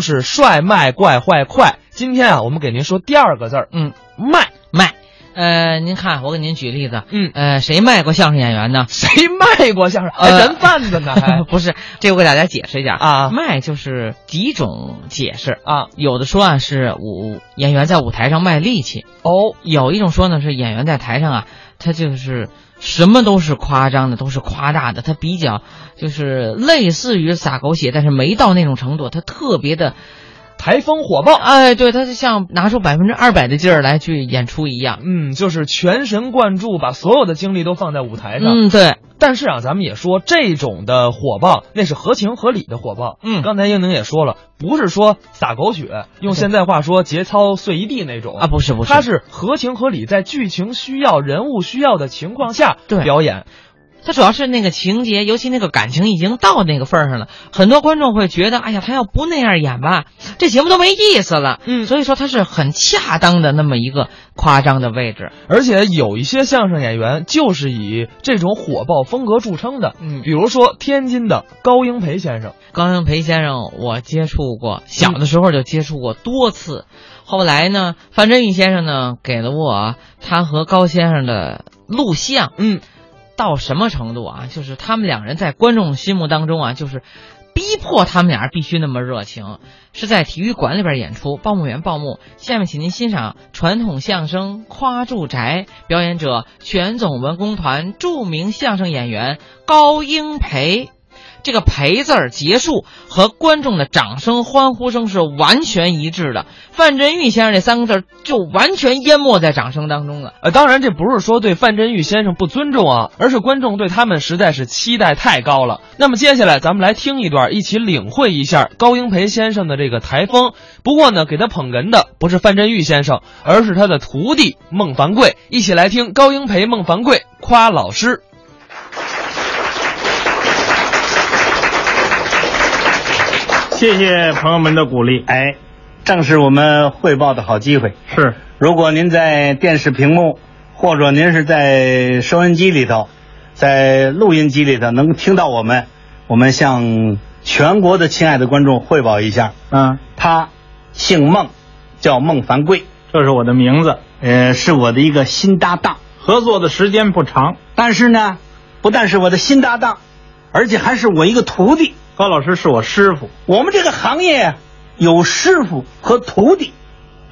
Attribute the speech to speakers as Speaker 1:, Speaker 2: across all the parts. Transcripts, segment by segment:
Speaker 1: 是帅卖怪坏快。今天啊，我们给您说第二个字儿，嗯，卖。
Speaker 2: 卖。呃，您看，我给您举例子，
Speaker 1: 嗯
Speaker 2: 呃，谁卖过相声演员呢？
Speaker 1: 谁卖过相声？还
Speaker 2: 呃
Speaker 1: 人贩子呢？还
Speaker 2: 不是，这我给大家解释一下
Speaker 1: 啊
Speaker 2: 卖就是几种解释，
Speaker 1: 啊
Speaker 2: 有的说啊是舞演员在舞台上卖力气，
Speaker 1: 哦
Speaker 2: 有一种说呢是演员在台上啊，他就是什么都是夸张的，都是夸大的，他比较就是类似于撒狗血，但是没到那种程度，他特别的，
Speaker 1: 台风火暴，
Speaker 2: 哎，对，他就像拿出百分之二百的劲儿来去演出一样。
Speaker 1: 嗯，就是全神贯注，把所有的精力都放在舞台上。
Speaker 2: 嗯，对，
Speaker 1: 但是啊，咱们也说这种的火爆，那是合情合理的火爆。
Speaker 2: 嗯
Speaker 1: 刚才英宁也说了，不是说撒狗血，用
Speaker 2: 对
Speaker 1: 现在话说节操碎一地那种
Speaker 2: 啊，。不是不是，
Speaker 1: 它是合情合理，在剧情需要、人物需要的情况下
Speaker 2: 对
Speaker 1: 表演。
Speaker 2: 他主要是那个情节，尤其那个感情已经到那个份儿上了，很多观众会觉得，哎呀，他要不那样演吧，这节目都没意思了。
Speaker 1: 嗯
Speaker 2: 所以说他是很恰当的那么一个夸张的位置。
Speaker 1: 而且有一些相声演员就是以这种火爆风格著称的，
Speaker 2: 嗯
Speaker 1: 比如说天津的高英培先生。
Speaker 2: 高英培先生，我接触过，小的时候就接触过多次。后来呢，范振钰先生呢给了我啊他和高先生的录像，
Speaker 1: 嗯，
Speaker 2: 到什么程度啊？就是他们两人在观众心目当中啊，就是逼迫他们俩必须那么热情。是在体育馆里边演出，报幕员报幕。下面请您欣赏传统相声《夸住宅》，表演者全总文工团著名相声演员高英培。这个“培”字儿结束和观众的掌声、欢呼声是完全一致的。范振钰先生这三个字儿就完全淹没在掌声当中了。
Speaker 1: 呃，当然这不是说对范振钰先生不尊重啊，而是观众对他们实在是期待太高了。那么接下来咱们来听一段，一起领会一下高英培先生的这个台风。不过呢，给他捧哏的不是范振钰先生，而是他的徒弟孟凡贵。一起来听高英培、孟凡贵夸老师。
Speaker 3: 谢谢朋友们的鼓励。
Speaker 4: 哎，正是我们汇报的好机会。
Speaker 3: 是，
Speaker 4: 如果您在电视屏幕，或者您是在收音机里头，在录音机里头能听到我们，我们向全国的亲爱的观众汇报一下，
Speaker 3: 嗯，
Speaker 4: 他姓孟，叫孟凡贵，
Speaker 3: 这是我的名字。
Speaker 4: 呃，是我的一个新搭档。
Speaker 3: 合作的时间不长，
Speaker 4: 但是呢，不但是我的新搭档，而且还是我一个徒弟。
Speaker 3: 高老师是我师傅，
Speaker 4: 我们这个行业呀，有师傅和徒弟。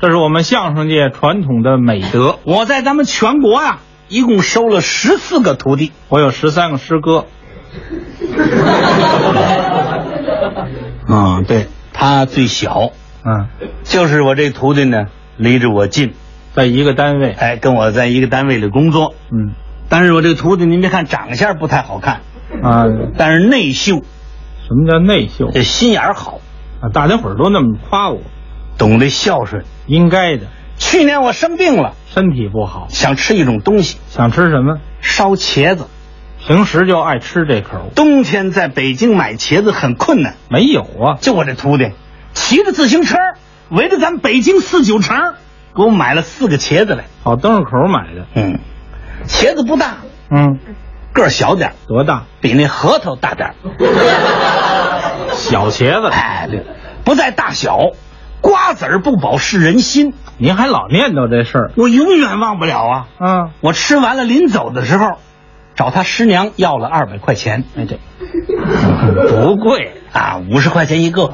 Speaker 3: 这是我们相声界传统的美德。
Speaker 4: 我在咱们全国啊，一共收了十四个徒弟。
Speaker 3: 我有十三个师哥，
Speaker 4: 嗯，对，他最小，
Speaker 3: 嗯，
Speaker 4: 就是我这徒弟呢，离着我近，
Speaker 3: 在一个单位，
Speaker 4: 哎，跟我在一个单位里工作。
Speaker 3: 嗯，
Speaker 4: 但是我这徒弟，您别看长相不太好看，
Speaker 3: 啊，
Speaker 4: 但是内秀，
Speaker 3: 什么叫内秀？
Speaker 4: 这心眼儿好，
Speaker 3: 啊，大家伙儿都那么夸我，
Speaker 4: 懂得孝顺。
Speaker 3: 应该的。
Speaker 4: 去年我生病了，
Speaker 3: 身体不好，
Speaker 4: 想吃一种东西，
Speaker 3: 想吃什么，
Speaker 4: 烧茄子。
Speaker 3: 平时就爱吃这口，
Speaker 4: 冬天在北京买茄子很困难，
Speaker 3: 没有啊，
Speaker 4: 就我这徒弟，骑着自行车围着咱们北京四九城，给我买了四个茄子来。
Speaker 3: 跑灯市口买的。
Speaker 4: 嗯，茄子不大，
Speaker 3: 嗯，
Speaker 4: 个儿小点儿，
Speaker 3: 多大？
Speaker 4: 比那核桃大点儿。
Speaker 3: 小茄子，
Speaker 4: 哎，对，不在大小，瓜子儿不饱是人心，
Speaker 3: 您还老念叨这事儿
Speaker 4: 我永远忘不了啊！
Speaker 3: 啊？
Speaker 4: 我吃完了，临走的时候，找他师娘要了二百块钱
Speaker 3: 哎， 对，不贵。
Speaker 4: 啊，五十块钱一个，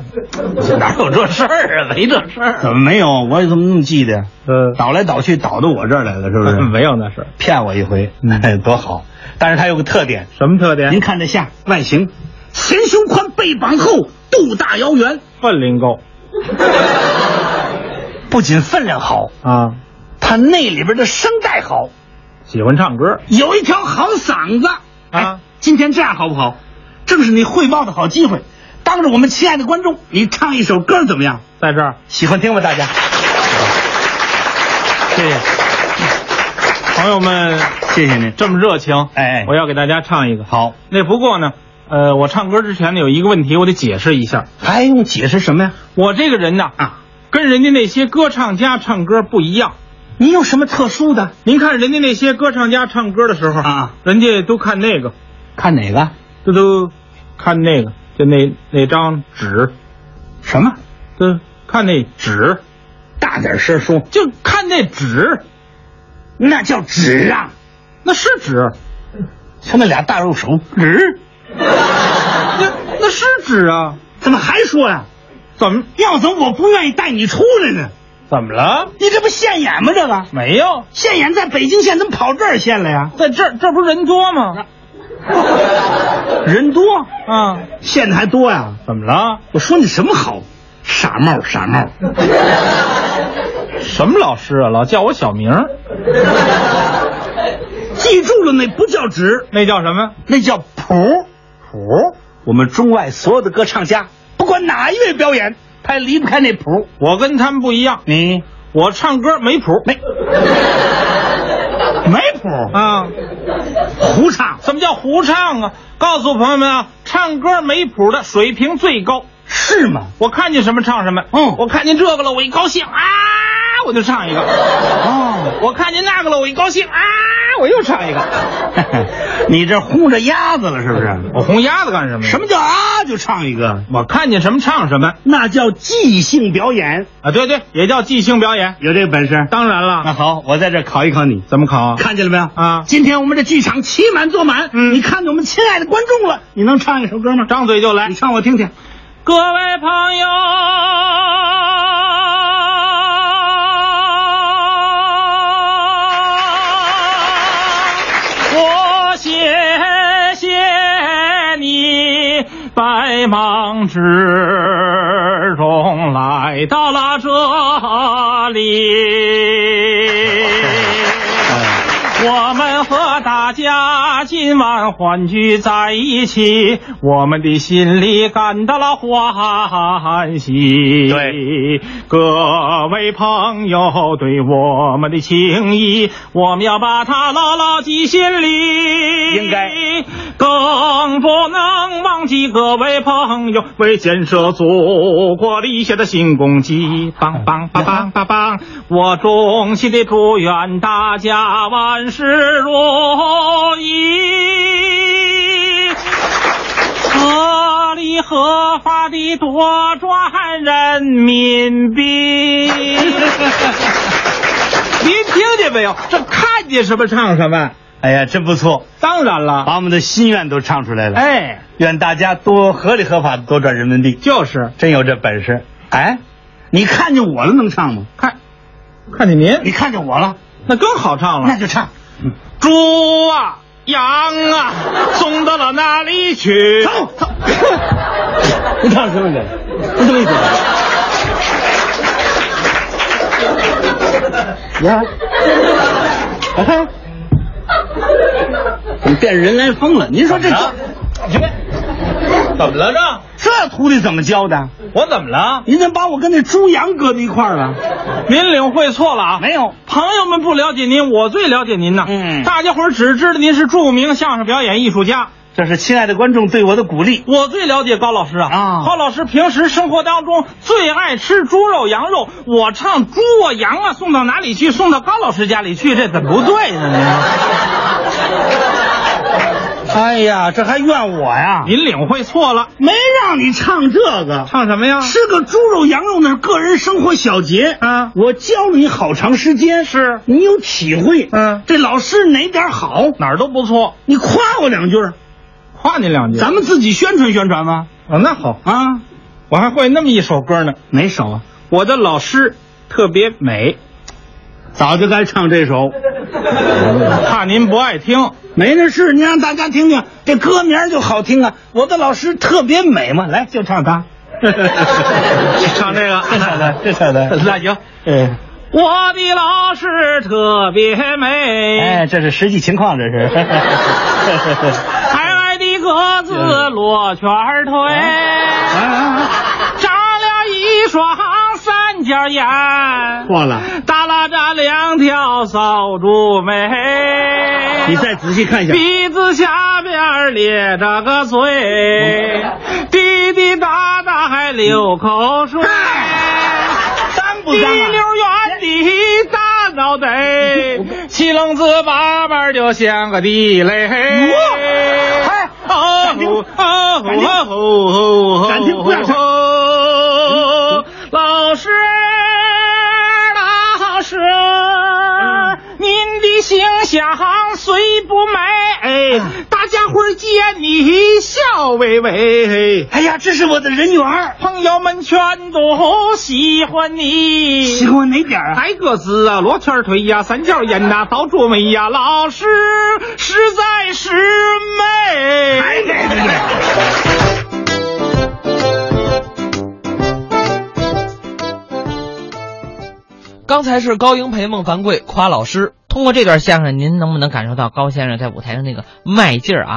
Speaker 3: 哪有这事儿啊？没这事儿
Speaker 4: 怎么没有？我怎么那么记得？
Speaker 3: 呃，
Speaker 4: 倒来倒去，倒到我这儿来了，是不 是？
Speaker 3: 没有那事儿。
Speaker 4: 骗我一回，
Speaker 3: 嗯
Speaker 4: 多好！但是他有个特点，
Speaker 3: 什么特点？
Speaker 4: 您看这下外形，前胸宽，背膀厚，肚大腰 圆，
Speaker 3: 分量够
Speaker 4: 不仅分量好，
Speaker 3: 啊，
Speaker 4: 他那里边的声带好，
Speaker 3: 喜欢唱歌。
Speaker 4: 有一条好嗓子哎，今天这样好不好？正是你汇报的好机会，当着我们亲爱的观众，你唱一首歌怎么样？
Speaker 3: 在这儿，
Speaker 4: 喜欢听吗？大家？
Speaker 3: 谢谢朋友们，
Speaker 4: 谢谢您。
Speaker 3: 这么热情，
Speaker 4: 哎哎
Speaker 3: 我要给大家唱一个。，
Speaker 4: 好，
Speaker 3: 那不过呢，呃，我唱歌之前呢有一个问题，我得解释一下。
Speaker 4: 还用解释什么呀？
Speaker 3: 我这个人呐，
Speaker 4: 啊，
Speaker 3: 跟人家那些歌唱家唱歌不一样。
Speaker 4: 你有什么特殊的？
Speaker 3: 您看人家那些歌唱家唱歌的时候
Speaker 4: 啊，
Speaker 3: 人家都看那个，
Speaker 4: 看哪个？
Speaker 3: 都都看那个，就那那张纸，
Speaker 4: 什么？
Speaker 3: 这看那纸，
Speaker 4: 大点声说，
Speaker 3: 就看那纸，
Speaker 4: 那叫纸啊！
Speaker 3: 那是纸，
Speaker 4: 他们俩大肉手，纸
Speaker 3: 那那是纸啊！
Speaker 4: 怎么还说呀、
Speaker 3: 怎么
Speaker 4: 要怎么我不愿意带你出来呢？
Speaker 3: 怎么了？
Speaker 4: 你这不现眼吗？这个
Speaker 3: 没有，
Speaker 4: 现眼在北京县，怎么跑这儿县来 呀、
Speaker 3: 在这儿这不是人多吗？
Speaker 4: 人多，
Speaker 3: 啊，
Speaker 4: 县的还多呀、
Speaker 3: 怎么了？
Speaker 4: 我说你什么好？傻帽，傻帽，
Speaker 3: 什么老师啊？老叫我小名儿，
Speaker 4: 记住了，那不叫纸，
Speaker 3: 那叫什么？
Speaker 4: 那叫谱。谱，我们中外所有的歌唱家，不管哪一位表演，他也离不开那谱。
Speaker 3: 我跟他们不一样，
Speaker 4: 你
Speaker 3: 我唱歌没谱，
Speaker 4: 没没谱，
Speaker 3: 啊，
Speaker 4: 胡唱，
Speaker 3: 怎么叫胡唱啊？告诉朋友们啊，唱歌没谱的水平最高。
Speaker 4: 是吗？
Speaker 3: 我看见什么唱什么。
Speaker 4: 嗯
Speaker 3: 我看见这个了，我一高兴啊，我就唱一个。
Speaker 4: 哦，
Speaker 3: 我看见那个了，我一高兴啊，我又唱一个。
Speaker 4: 你这轰着鸭子了是不是？
Speaker 3: 我红鸭子干什么呀？
Speaker 4: 什么叫啊？就唱一个，
Speaker 3: 我看见什么唱什么
Speaker 4: 那叫即兴表演，
Speaker 3: 啊？对对，也叫即兴表演。
Speaker 4: 有这本事？
Speaker 3: 当然了，
Speaker 4: 那好，我在这儿考一考你，
Speaker 3: 怎么考啊？
Speaker 4: 看见了没有？
Speaker 3: 啊
Speaker 4: 今天我们这剧场起满坐满，
Speaker 3: 嗯
Speaker 4: 你看见我们亲爱的观众了，你能唱一首歌吗？
Speaker 3: 张嘴就来
Speaker 4: 你。唱我听听。
Speaker 3: 各位朋友，我谢谢你百忙之中来到了这里。哎我们和大家今晚欢聚在一起，我们的心里感到了欢喜。
Speaker 4: 对，
Speaker 3: 各位朋友对我们的情谊，我们要把它牢牢记心里。
Speaker 4: 应该
Speaker 3: 更不能忘记各位朋友为建设祖国立下的新功绩。棒棒棒棒棒棒！我衷心的祝愿大家万事如意。合理合法的多赚人民币。您听见没有？这看见什么唱什么。
Speaker 4: 哎呀，真不错，
Speaker 3: 当然了，
Speaker 4: 把我们的心愿都唱出来了。，
Speaker 3: 哎，
Speaker 4: 愿大家多合理合法的多赚人民币，
Speaker 3: 就是
Speaker 4: 真有这本事。哎，你看见我了能唱吗？
Speaker 3: 看，看见您
Speaker 4: 你看见我了，
Speaker 3: 那更好唱
Speaker 4: 那
Speaker 3: 了。
Speaker 4: 就唱。
Speaker 3: 猪啊，羊啊，送到了哪里去？
Speaker 4: 走走，你唱什么歌？你什么意思？你看，你看，怎么哎变人来疯了？您说这
Speaker 3: 怎么了这？
Speaker 4: 这徒弟怎么教的？
Speaker 3: 我怎么了？
Speaker 4: 您怎么把我跟那猪羊搁在一块儿了？
Speaker 3: 您领会错了啊！
Speaker 4: 没有，
Speaker 3: 朋友们不了解您，我最了解您呐。
Speaker 4: 嗯
Speaker 3: 大家伙儿只知道您是著名相声表演艺术家，
Speaker 4: 这是亲爱的观众对我的鼓励。
Speaker 3: 我最了解高老师啊。
Speaker 4: 啊
Speaker 3: 高老师平时生活当中最爱吃猪肉、羊肉，我唱猪啊、羊啊，送到哪里去？送到高老师家里去，这怎么不对呢？您。
Speaker 4: 哎呀，这还怨我呀？
Speaker 3: 您领会错了，
Speaker 4: 没让你唱这个，
Speaker 3: 唱什么呀？
Speaker 4: 吃个猪肉羊肉那是个人生活小节
Speaker 3: 啊
Speaker 4: 我教了你好长时间，
Speaker 3: 是
Speaker 4: 你有体会。
Speaker 3: 嗯
Speaker 4: 这老师哪点好，
Speaker 3: 哪儿都不错，
Speaker 4: 你夸我两句儿，
Speaker 3: 夸您两句。
Speaker 4: 咱们自己宣传宣传吧。
Speaker 3: 啊，那好，
Speaker 4: 啊，
Speaker 3: 我还会那么一首歌呢。
Speaker 4: 哪首啊？
Speaker 3: 我的老师特别美，
Speaker 4: 早就该唱这首。
Speaker 3: 怕您不爱听。
Speaker 4: 没那事，您让大家听听，这歌名儿就好听啊。我的老师特别美嘛，来就唱它。
Speaker 3: 唱 这个
Speaker 4: 这唱它， 这唱它。
Speaker 3: 那行，
Speaker 4: 嗯，
Speaker 3: 我的老师特别美，哎
Speaker 4: 哎，这是实际情况，这是。
Speaker 3: 矮矮的个子罗圈腿，
Speaker 4: 啊哎
Speaker 3: 长了一双三
Speaker 4: 哎
Speaker 3: 角眼，
Speaker 4: 错了，
Speaker 3: 耷拉着两条扫帚眉。
Speaker 4: 你再仔细看一下。
Speaker 3: 鼻子下边咧着个嘴，滴滴答答还流口水，
Speaker 4: 哎脏不
Speaker 3: 滴
Speaker 4: 脏
Speaker 3: 溜
Speaker 4: 啊？
Speaker 3: 圆的大脑袋， 七棱子八瓣就像个地雷。
Speaker 4: 哎
Speaker 3: 哦
Speaker 4: 暂停
Speaker 3: 哦哦哦
Speaker 4: 暂停不要唱
Speaker 3: 哦，啦是老师，您的形象虽不美，大家伙儿见你笑微微。
Speaker 4: 哎呀，这是我的人缘儿，
Speaker 3: 朋友们全都喜欢你，
Speaker 4: 喜欢哪点儿啊？
Speaker 3: 白鸽子啊，罗圈腿呀、三角眼呐、倒猪尾呀，老师实在是美。
Speaker 4: 哎，对对对，
Speaker 1: 刚才是高英培、孟凡贵夸老师，
Speaker 2: 通过这段相声，您能不能感受到高先生在舞台上那个卖劲儿啊？